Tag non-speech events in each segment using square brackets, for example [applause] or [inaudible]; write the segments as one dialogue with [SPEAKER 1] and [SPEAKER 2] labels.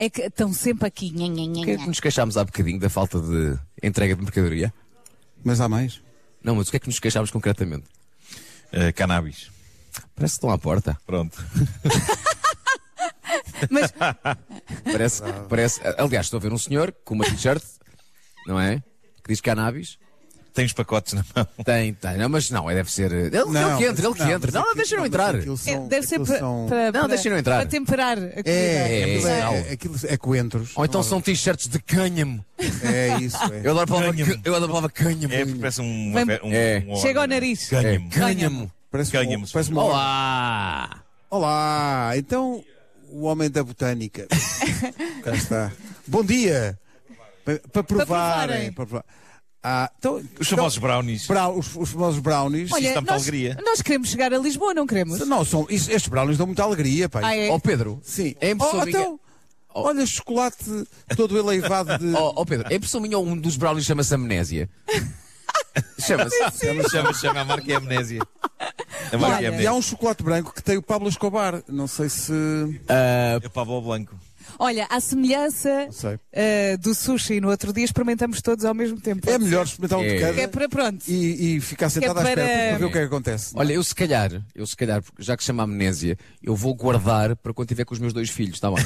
[SPEAKER 1] É que estão sempre aqui. Nhan, nhan, nhan,
[SPEAKER 2] Que
[SPEAKER 1] nhan.
[SPEAKER 2] nos queixámos há bocadinho da falta de entrega de mercadoria?
[SPEAKER 3] Mas há mais.
[SPEAKER 2] Não, mas o que é que nos queixámos concretamente?
[SPEAKER 4] Eh, cannabis.
[SPEAKER 2] Parece que estão à porta.
[SPEAKER 4] Pronto. [laughs]
[SPEAKER 3] [laughs]
[SPEAKER 1] Mas
[SPEAKER 2] Parece, parece. Aliás, estou a ver um senhor com uma t-shirt, não é? Que diz cannabis.
[SPEAKER 4] Tem os pacotes na mão.
[SPEAKER 2] Tem, tem. Não, mas não, é, deve ser. Ele, ele que entra, ele que entra. Não, não, deixa-no entrar.
[SPEAKER 1] é, deve ser para, para-
[SPEAKER 2] Não,
[SPEAKER 1] para-
[SPEAKER 2] deixa-no entrar.
[SPEAKER 1] para temperar a comida.
[SPEAKER 3] É,
[SPEAKER 2] É,
[SPEAKER 3] aquilo é,
[SPEAKER 2] é.
[SPEAKER 3] é, aquilo é coentros.
[SPEAKER 2] Ou então são t-shirts de cânhamo.
[SPEAKER 3] É isso, é.
[SPEAKER 2] Eu adoro a palavra,
[SPEAKER 4] Cânhamo.
[SPEAKER 2] cân- eu adoro a palavra cânhamo.
[SPEAKER 4] É porque parece um.
[SPEAKER 1] Vem-
[SPEAKER 4] um,
[SPEAKER 2] É.
[SPEAKER 4] um- um-
[SPEAKER 1] Chega ao nariz.
[SPEAKER 2] É,
[SPEAKER 4] Cânhamo.
[SPEAKER 2] cânhamo.
[SPEAKER 3] Parece,
[SPEAKER 4] Ganha-me.
[SPEAKER 3] um- parece uma
[SPEAKER 2] Olá!
[SPEAKER 3] Olá, então o homem da botânica.
[SPEAKER 1] [laughs]
[SPEAKER 3] Cá está. Bom dia. Pa- Para provarem.
[SPEAKER 1] provarem.
[SPEAKER 3] Para provar. Ah, então,
[SPEAKER 4] Os famosos brownies.
[SPEAKER 3] brownies. os, os famosos brownies.
[SPEAKER 4] Olha- dá-me
[SPEAKER 1] nós,
[SPEAKER 4] alegria.
[SPEAKER 1] nós queremos chegar a Lisboa, não queremos?
[SPEAKER 3] Não, são, is- estes brownies dão muita alegria, pai.
[SPEAKER 1] Ah, é?
[SPEAKER 2] Ó Pedro,
[SPEAKER 3] Sim.
[SPEAKER 2] é impressão
[SPEAKER 3] Oh,
[SPEAKER 2] minha.
[SPEAKER 3] então, olha, chocolate todo
[SPEAKER 2] [laughs]
[SPEAKER 3] eleivado de.
[SPEAKER 2] Ó ó, Pedro, é impressão minha ou um dos brownies chama-se
[SPEAKER 4] [laughs]
[SPEAKER 2] amnésia. chama-se.
[SPEAKER 4] Chama, chama a marca é amnésia. A
[SPEAKER 1] Olha.
[SPEAKER 4] marca é
[SPEAKER 3] E há
[SPEAKER 4] amnésia.
[SPEAKER 3] um chocolate branco que tem o Pablo Escobar. Não sei se.
[SPEAKER 2] Ah,
[SPEAKER 4] É Pablo Blanco.
[SPEAKER 1] Olha, à semelhança
[SPEAKER 3] sei.
[SPEAKER 1] ah, do sushi no outro dia, experimentamos todos ao mesmo tempo.
[SPEAKER 3] É melhor experimentar um
[SPEAKER 2] É.
[SPEAKER 3] de
[SPEAKER 1] Que é
[SPEAKER 3] cada
[SPEAKER 1] para pronto.
[SPEAKER 3] e, e ficar sentado à
[SPEAKER 1] para-
[SPEAKER 3] espera para ver o que é
[SPEAKER 2] [laughs]
[SPEAKER 3] que acontece.
[SPEAKER 2] olha, eu se calhar, eu se calhar, porque já que chama amnésia, eu vou guardar para quando tiver com os meus dois filhos, está bem?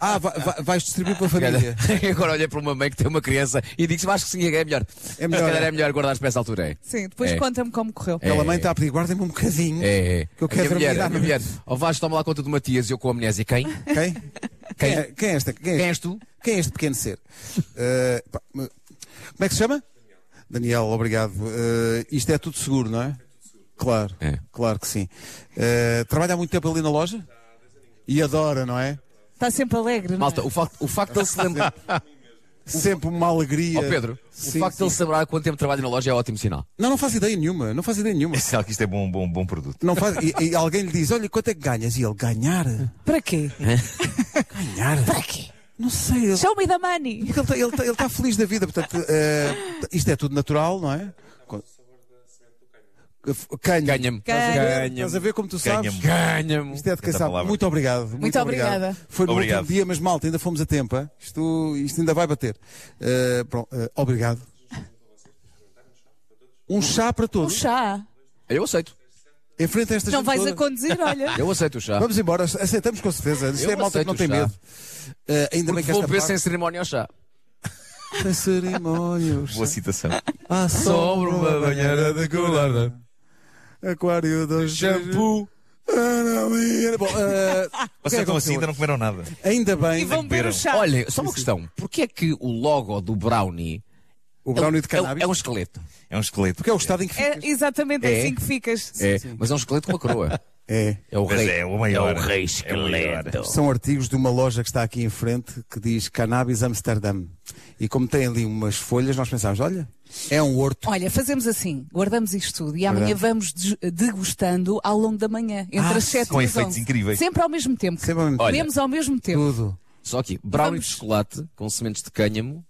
[SPEAKER 3] Ah, vai- vai- vais distribuir para a família.
[SPEAKER 2] Olha, [laughs] Agora olha para uma mãe que tem uma criança e digo acho que sim, é melhor.
[SPEAKER 3] É melhor,
[SPEAKER 2] Se calhar
[SPEAKER 3] é?
[SPEAKER 2] é melhor guardar para essa altura, é?
[SPEAKER 1] Sim, depois
[SPEAKER 2] É.
[SPEAKER 1] conta-me como correu.
[SPEAKER 3] Aquela mãe está a pedir, guardem-me um bocadinho.
[SPEAKER 2] É, é.
[SPEAKER 3] Que eu quero
[SPEAKER 2] a minha mulher,
[SPEAKER 3] dormir à
[SPEAKER 2] a minha mulher. Ó Vasco, toma lá conta do Matias e eu com a amnésia. [laughs] Quem?
[SPEAKER 3] Quem? Quem, é, quem é esta? Quem é,
[SPEAKER 2] Quem
[SPEAKER 3] este?
[SPEAKER 2] és tu?
[SPEAKER 3] Quem é este
[SPEAKER 2] [laughs]
[SPEAKER 3] pequeno ser? Eh, pá, me- como é que se chama? Daniel, obrigado. Eh, isto é tudo seguro, não é? Claro,
[SPEAKER 2] É.
[SPEAKER 3] claro que sim. Eh, trabalha há muito tempo ali na loja? E adora, não é?
[SPEAKER 1] Está sempre alegre, não é?
[SPEAKER 2] Malta, o facto, o facto de ele se lembrar.
[SPEAKER 3] [laughs] Sempre uma alegria.
[SPEAKER 2] Ó Pedro,
[SPEAKER 3] Sim,
[SPEAKER 2] o facto de
[SPEAKER 3] sim.
[SPEAKER 2] ele se lembrar quanto tempo trabalha na loja é ótimo sinal.
[SPEAKER 3] Não, não faz ideia nenhuma, não faz ideia nenhuma.
[SPEAKER 4] É sinal que isto é bom, bom, bom produto.
[SPEAKER 3] Não faz... e, e alguém lhe diz, olha, quanto é que ganhas? E ele, ganhar?
[SPEAKER 1] Para quê?
[SPEAKER 3] Ganhar?
[SPEAKER 1] Para quê?
[SPEAKER 3] Não sei, ele-
[SPEAKER 1] Show me the money.
[SPEAKER 3] Porque ele está feliz da vida, portanto, eh, isto é tudo natural, não é? Co- Canha.
[SPEAKER 2] Ganha-me.
[SPEAKER 1] Ganha-me.
[SPEAKER 3] Estás a ver como tu sabes?
[SPEAKER 4] Ganha-me.
[SPEAKER 2] Ganha-me.
[SPEAKER 3] Isto é de quem
[SPEAKER 4] Essa
[SPEAKER 3] sabe.
[SPEAKER 4] palavra.
[SPEAKER 3] Muito obrigado. Muito,
[SPEAKER 1] obrigada.
[SPEAKER 3] obrigado. Foi no
[SPEAKER 4] Obrigado.
[SPEAKER 3] último dia, mas malta, ainda fomos a tempo. hã? Isto, isto ainda vai bater. Eh, pronto, eh, obrigado. Um chá para
[SPEAKER 1] Um
[SPEAKER 3] todos.
[SPEAKER 1] chá.
[SPEAKER 2] Eu aceito.
[SPEAKER 3] Em frente a esta
[SPEAKER 1] Não
[SPEAKER 3] gente
[SPEAKER 1] vais
[SPEAKER 3] toda.
[SPEAKER 1] a conduzir, olha.
[SPEAKER 2] Eu aceito o chá.
[SPEAKER 3] Vamos embora, aceitamos com certeza. Isto
[SPEAKER 2] Eu
[SPEAKER 3] é malta que não tem
[SPEAKER 2] aceito o chá.
[SPEAKER 3] medo. Eh, ainda bem
[SPEAKER 2] Porque
[SPEAKER 3] que
[SPEAKER 2] vou
[SPEAKER 3] esta
[SPEAKER 2] beber
[SPEAKER 3] parte...
[SPEAKER 2] sem cerimónia ao chá.
[SPEAKER 3] Sem cerimónios.
[SPEAKER 1] [laughs]
[SPEAKER 4] Boa citação.
[SPEAKER 1] é
[SPEAKER 3] Ah,
[SPEAKER 2] Sobre uma banheira de colarda.
[SPEAKER 3] Aquário do
[SPEAKER 2] Shampoo.
[SPEAKER 3] Bom, eh, o que
[SPEAKER 4] Vocês
[SPEAKER 3] é que
[SPEAKER 4] estão assim,
[SPEAKER 3] aconteceu
[SPEAKER 4] ainda não comeram nada.
[SPEAKER 3] hoje? Ainda
[SPEAKER 1] E
[SPEAKER 3] bem,
[SPEAKER 1] vão beber o
[SPEAKER 4] beberam.
[SPEAKER 1] chá.
[SPEAKER 2] Olha, só uma questão. Porquê é que o logo do Brownie
[SPEAKER 3] o
[SPEAKER 2] é,
[SPEAKER 3] brownie de
[SPEAKER 2] um-
[SPEAKER 3] cannabis,
[SPEAKER 2] é um esqueleto?
[SPEAKER 4] É um esqueleto.
[SPEAKER 3] porque é o estado em que
[SPEAKER 1] É
[SPEAKER 3] ficas.
[SPEAKER 1] exatamente
[SPEAKER 2] É.
[SPEAKER 1] assim que ficas.
[SPEAKER 2] É, mas é um esqueleto com uma coroa.
[SPEAKER 3] É.
[SPEAKER 2] É o
[SPEAKER 4] Mas
[SPEAKER 2] rei.
[SPEAKER 4] é o maior.
[SPEAKER 2] É o rei
[SPEAKER 4] É o maior.
[SPEAKER 2] esqueleto.
[SPEAKER 3] São artigos de uma loja que está aqui em frente que diz Cannabis Amsterdã. E como tem ali umas folhas, nós pensámos, olha, é um horto.
[SPEAKER 1] Olha, fazemos assim, guardamos isto tudo e amanhã vamos des- degustando ao longo da manhã, entre
[SPEAKER 3] Ah,
[SPEAKER 1] as 7
[SPEAKER 4] com
[SPEAKER 1] e as
[SPEAKER 4] efeitos
[SPEAKER 1] 11.
[SPEAKER 4] incríveis.
[SPEAKER 1] Sempre ao mesmo tempo.
[SPEAKER 3] Sempre ao mesmo tempo.
[SPEAKER 1] Comemos ao mesmo tempo.
[SPEAKER 3] Tudo.
[SPEAKER 2] Só aqui, brownie
[SPEAKER 1] Vamos.
[SPEAKER 2] de chocolate com sementes de cânhamo,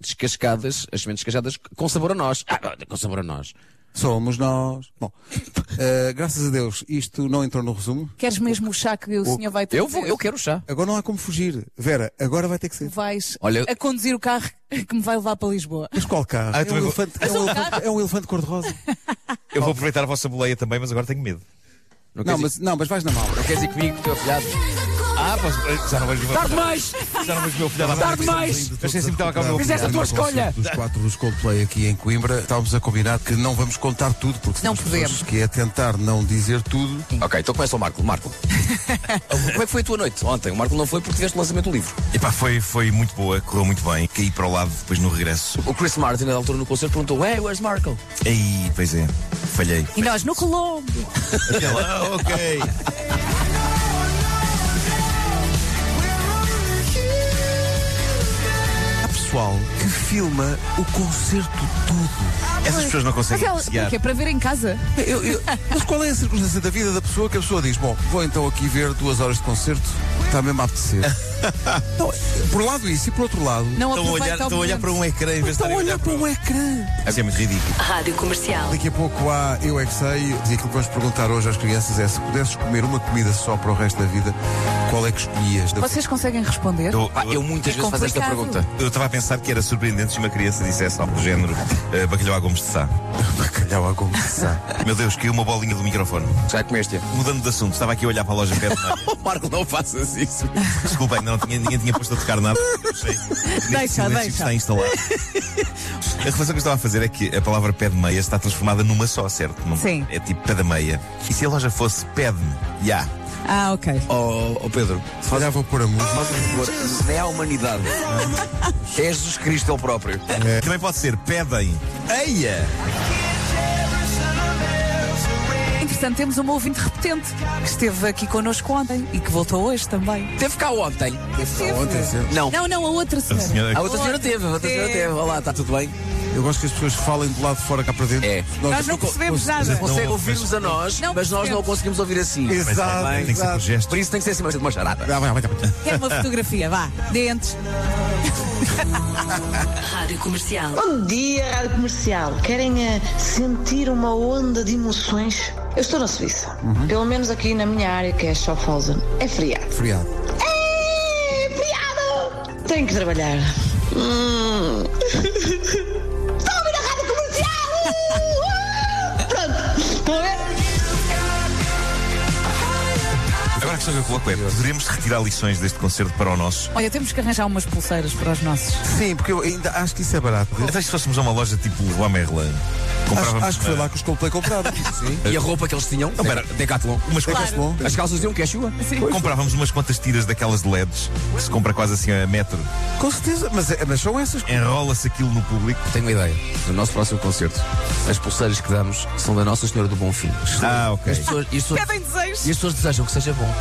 [SPEAKER 2] descascadas, as sementes descascadas com sabor a nós. Ah, com sabor a nós.
[SPEAKER 3] Somos nós. Bom, eh, graças a Deus, isto não entrou no resumo.
[SPEAKER 1] Queres mesmo o chá que o, senhor vai ter?
[SPEAKER 2] Eu, vou, eu quero o chá.
[SPEAKER 3] Agora não há como fugir. Vera, agora vai ter que ser.
[SPEAKER 1] Vais
[SPEAKER 2] Olha, eu-
[SPEAKER 1] a conduzir o carro [laughs] que me vai levar para Lisboa.
[SPEAKER 3] Mas qual carro?
[SPEAKER 4] Ah,
[SPEAKER 3] é,
[SPEAKER 4] eu
[SPEAKER 3] um
[SPEAKER 4] também vou-
[SPEAKER 3] elefante, é, um elefante, é um elefante cor-de-rosa.
[SPEAKER 4] Eu vou aproveitar a vossa boleia também, mas agora tenho medo.
[SPEAKER 2] Não,
[SPEAKER 3] Não,
[SPEAKER 2] queres, mas...
[SPEAKER 3] mas, não, mas vais na mala.
[SPEAKER 2] não queres ir comigo com o teu afilhado?
[SPEAKER 4] Ah, posso... já não vejo o meu filho.
[SPEAKER 2] mais!
[SPEAKER 4] Já não vejo o meu filho.
[SPEAKER 2] Tarde demais!
[SPEAKER 4] Mas sem sempre estava cá o meu
[SPEAKER 2] Fizeste a tua
[SPEAKER 4] filho.
[SPEAKER 2] escolha!
[SPEAKER 5] dos quatro dos Coldplay aqui em Coimbra, estávamos a combinar que não vamos contar tudo, porque
[SPEAKER 1] Não
[SPEAKER 5] temos pessoas
[SPEAKER 1] podemos.
[SPEAKER 5] que é tentar não dizer tudo.
[SPEAKER 2] Ok, então começa o Marco. [laughs] Marco, como é que foi a tua noite ontem? O Marco não foi porque tiveste o lançamento do livro.
[SPEAKER 4] Epá, foi, foi muito boa, correu muito bem. Caí para o lado depois no regresso.
[SPEAKER 2] O Chris Martin, na altura no concerto, perguntou: Hey, where's Marco?
[SPEAKER 4] Aí, pois é, falhei.
[SPEAKER 1] E nós no Colombo.
[SPEAKER 4] Ah, ok.
[SPEAKER 5] Há pessoal que filma o concerto todo.
[SPEAKER 4] Essas pessoas não
[SPEAKER 1] Mas
[SPEAKER 4] conseguem
[SPEAKER 1] ela,
[SPEAKER 4] apreciar.
[SPEAKER 1] que é para ver em casa.
[SPEAKER 3] Ah,
[SPEAKER 5] Eu- eu- mas qual é a [laughs] circunstância da vida da pessoa que a pessoa diz: Bom, vou então aqui ver duas horas de concerto, está mesmo a apetecer.
[SPEAKER 3] Não, por um lado isso, e por outro lado.
[SPEAKER 1] Não
[SPEAKER 4] Estão a olhar,
[SPEAKER 1] aproveita
[SPEAKER 4] estão a
[SPEAKER 1] o
[SPEAKER 4] olhar para
[SPEAKER 1] momento.
[SPEAKER 4] um ecrã em vez de
[SPEAKER 3] Estão
[SPEAKER 4] estarem
[SPEAKER 3] a olhar para um ecrã.
[SPEAKER 4] outro. Isso é muito ridículo.
[SPEAKER 6] Rádio Comercial.
[SPEAKER 3] Daqui a pouco há Eu É Que Sei e aquilo que vamos perguntar hoje às crianças é se pudesses comer uma comida só para o resto da vida, qual é que escolhias? Da-
[SPEAKER 1] Vocês conseguem responder?
[SPEAKER 4] Eu-
[SPEAKER 2] Pá, Ah, eu muitas
[SPEAKER 1] É
[SPEAKER 2] vezes faço esta
[SPEAKER 1] complicado.
[SPEAKER 2] pergunta.
[SPEAKER 4] Eu estava a pensar que era surpreendente se uma criança dissesse algo do género eh, bacalhau a gomes de sá.
[SPEAKER 3] Bacalhau a gomes de sá.
[SPEAKER 4] [laughs] Meu Deus, caiu uma bolinha do microfone.
[SPEAKER 2] Já [laughs] comeste?
[SPEAKER 4] Mudando de assunto, estava aqui a olhar para a loja perto.
[SPEAKER 2] [laughs] Oh, Marco, não faças isso.
[SPEAKER 4] Desculpem, não, tinha, ninguém tinha posto a tocar nada. Eu sei. Neste
[SPEAKER 1] Deixa,
[SPEAKER 4] silêncio
[SPEAKER 1] deixa.
[SPEAKER 4] que está instalado. A reflexão que eu estava a fazer é que a palavra pé de meia está transformada numa só, certo? Num-
[SPEAKER 1] Sim.
[SPEAKER 4] É tipo pé da meia. E se a loja fosse pede-me, já.
[SPEAKER 1] Ah, ok.
[SPEAKER 2] Oh, oh, Pedro,
[SPEAKER 3] Se calhar vou pôr a música.
[SPEAKER 2] faz um favor, nem à humanidade. É Jesus Cristo ele próprio.
[SPEAKER 3] É.
[SPEAKER 4] Também pode ser pedem. Eia!
[SPEAKER 1] Entretanto, temos uma ouvinte repetente que esteve aqui connosco ontem e que voltou hoje também.
[SPEAKER 2] Teve cá ontem.
[SPEAKER 3] Ontem, sim.
[SPEAKER 2] Não.
[SPEAKER 1] Não, não, a outra senhora.
[SPEAKER 4] senhora-
[SPEAKER 2] A outra senhora teve, a outra senhora teve. Olá, está tudo bem?
[SPEAKER 3] Eu gosto que as pessoas falem de lado de fora cá para dentro.
[SPEAKER 2] É.
[SPEAKER 1] Nós não percebemos nada.
[SPEAKER 2] Consegue ouvir-nos a nós,
[SPEAKER 1] Não
[SPEAKER 2] mas nós não o
[SPEAKER 1] percebemos.
[SPEAKER 2] conseguimos ouvir assim.
[SPEAKER 4] Mas é,
[SPEAKER 3] Exato,
[SPEAKER 4] tem que ser por
[SPEAKER 3] exato.
[SPEAKER 4] gestos.
[SPEAKER 2] Por isso tem que ser assim mais uma charada.
[SPEAKER 3] Ah, vai, vai, vai.
[SPEAKER 1] Quer uma fotografia, vá. Dentes.
[SPEAKER 6] Rádio Comercial.
[SPEAKER 5] Bom dia, Rádio Comercial. Querem eh, sentir uma onda de emoções? Eu estou na Suíça. Pelo menos aqui na minha área, que é Schaffhausen. É feriado.
[SPEAKER 3] Friado.
[SPEAKER 5] É feriado! Tenho que trabalhar. Hum. Estou a ouvir a Rádio Comercial! Uh! Pronto. Estão a ver?
[SPEAKER 4] Agora a questão que eu coloco é: poderíamos retirar lições deste concerto para o nosso?
[SPEAKER 1] Olha, temos que arranjar umas pulseiras para os nossos.
[SPEAKER 3] Sim, porque eu ainda acho que isso é barato.
[SPEAKER 4] Até se fôssemos a uma loja tipo Rua Merlin,
[SPEAKER 3] Acho,
[SPEAKER 4] comprávamos
[SPEAKER 3] acho que foi
[SPEAKER 4] uma-
[SPEAKER 3] lá que os Coldplay compraram. [laughs] Sim.
[SPEAKER 2] E a roupa que eles tinham? Não, pera, Decathlon.
[SPEAKER 4] umas quantas-
[SPEAKER 3] Bom.
[SPEAKER 2] As calças diziam que é chuva.
[SPEAKER 4] Comprávamos umas quantas tiras daquelas de LEDs que se compra quase assim a metro.
[SPEAKER 3] Com certeza, mas, é- mas são essas.
[SPEAKER 4] Enrola-se aquilo no público.
[SPEAKER 2] Tenho uma ideia. No nosso próximo concerto, as pulseiras que damos são da Nossa Senhora do Bom Fim.
[SPEAKER 4] Ah, ok.
[SPEAKER 2] As pessoas, e as pessoas,
[SPEAKER 1] Pedem desejos.
[SPEAKER 2] e as pessoas desejam que seja [laughs] bom.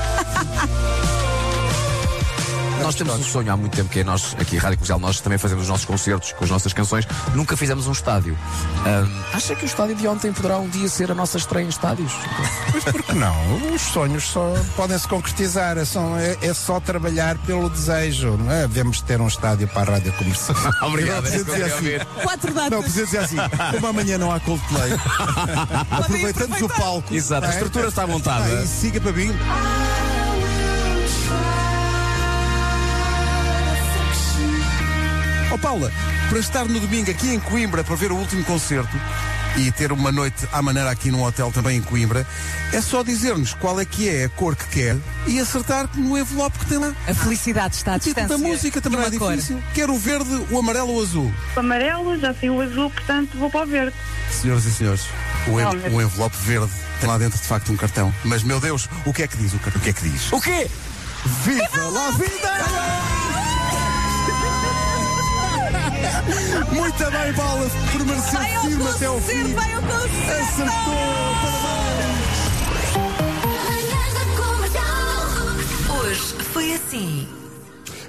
[SPEAKER 2] Nós temos um sonho há muito tempo que é nós, aqui a Rádio Comercial, nós também fazemos os nossos concertos com as nossas canções. Nunca fizemos um estádio. Ahm, acha que o estádio de ontem poderá um dia ser a nossa estreia em estádios?
[SPEAKER 7] Mas por que É, não? Os sonhos só podem se concretizar, é só, é, é só trabalhar pelo desejo, não é? Devemos ter um estádio para a rádio
[SPEAKER 3] [laughs]
[SPEAKER 7] comercial.
[SPEAKER 2] [laughs] Obrigado.
[SPEAKER 3] Podia dizer assim,
[SPEAKER 1] Quatro
[SPEAKER 3] não,
[SPEAKER 1] datas.
[SPEAKER 3] podia dizer assim, como amanhã não há Coldplay, aproveitamos o palco.
[SPEAKER 2] Exato, a estrutura está montada.
[SPEAKER 3] Ah, e siga para mim. Ó Oh, Paula, para estar no domingo aqui em Coimbra para ver o último concerto e ter uma noite à maneira aqui num hotel também em Coimbra, é só dizer-nos qual é que é a cor que quer e acertar no envelope que tem lá.
[SPEAKER 1] A felicidade está à
[SPEAKER 3] Tipo
[SPEAKER 1] distância.
[SPEAKER 3] da música também
[SPEAKER 1] E
[SPEAKER 3] não é
[SPEAKER 1] uma cor.
[SPEAKER 3] difícil. Quer o verde, o amarelo ou o azul.
[SPEAKER 8] o amarelo, já tem o azul, portanto vou para o verde.
[SPEAKER 3] Senhoras e senhores, o, en-
[SPEAKER 8] Oh, meu
[SPEAKER 3] o envelope verde tem lá dentro de facto um cartão. Mas meu Deus, o que é que diz o cartão?
[SPEAKER 4] O que é que diz?
[SPEAKER 2] O quê?
[SPEAKER 3] Viva la vida! Muito bem, Paula, permaneceu
[SPEAKER 1] Vai ao
[SPEAKER 3] firme até ao
[SPEAKER 1] concerto,
[SPEAKER 3] fim.
[SPEAKER 1] vai ao concerto.
[SPEAKER 3] Acertou! Parabéns!
[SPEAKER 6] Hoje foi assim.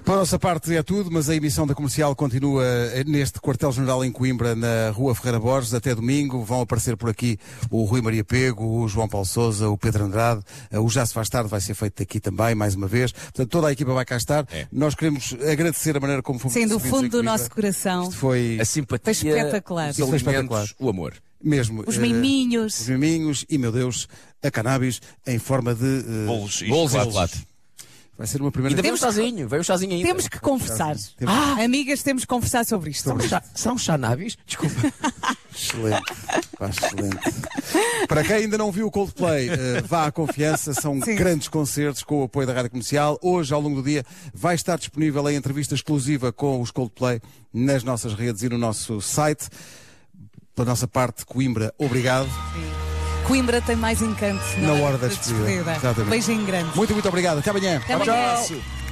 [SPEAKER 3] Para a nossa parte é tudo, mas a emissão da comercial continua eh, neste quartel-general em Coimbra, na Rua Ferreira Borges, até domingo. Vão aparecer por aqui o Rui Maria Pego, o João Paulo Souza, o Pedro Andrade. Eh, O Já Se Faz Tarde vai ser feito aqui também, mais uma vez. Portanto, toda a equipa vai cá estar. Nós queremos agradecer a maneira como fomos
[SPEAKER 1] Sim, do
[SPEAKER 3] recebidos em
[SPEAKER 1] fundo do
[SPEAKER 3] Coimbra.
[SPEAKER 1] nosso coração.
[SPEAKER 3] Isto foi
[SPEAKER 2] A simpatia,
[SPEAKER 1] Foi espetacular.
[SPEAKER 2] os
[SPEAKER 3] Isso foi espetacular.
[SPEAKER 2] alimentos, o amor.
[SPEAKER 3] mesmo.
[SPEAKER 1] Os
[SPEAKER 3] eh, Os
[SPEAKER 1] miminhos.
[SPEAKER 3] miminhos e, meu Deus, a cannabis em forma de... eh,
[SPEAKER 4] Bolos e
[SPEAKER 2] Bolos e
[SPEAKER 4] chocolates.
[SPEAKER 2] chocolate.
[SPEAKER 3] Vai ser uma primeira...
[SPEAKER 2] Ainda veio um chazinho, veio um chazinho ainda.
[SPEAKER 1] Temos que conversar. Ah, amigas, temos que conversar sobre isto.
[SPEAKER 2] São chá- São chanabis? Desculpa.
[SPEAKER 3] Excelente. Pá, excelente. Para quem ainda não viu o Coldplay, eh, vá à confiança, são grandes concertos com o apoio da Rádio Comercial. Hoje, ao longo do dia, vai estar disponível a entrevista exclusiva com os Coldplay nas nossas redes e no nosso site. Pela nossa parte, Coimbra, obrigado.
[SPEAKER 1] Coimbra tem mais encanto.
[SPEAKER 3] Na
[SPEAKER 1] é?
[SPEAKER 3] hora da despedida. Exatamente.
[SPEAKER 1] Beijinho grande.
[SPEAKER 3] Muito, muito obrigado. Até amanhã.
[SPEAKER 1] Até amanhã.
[SPEAKER 2] Tchau.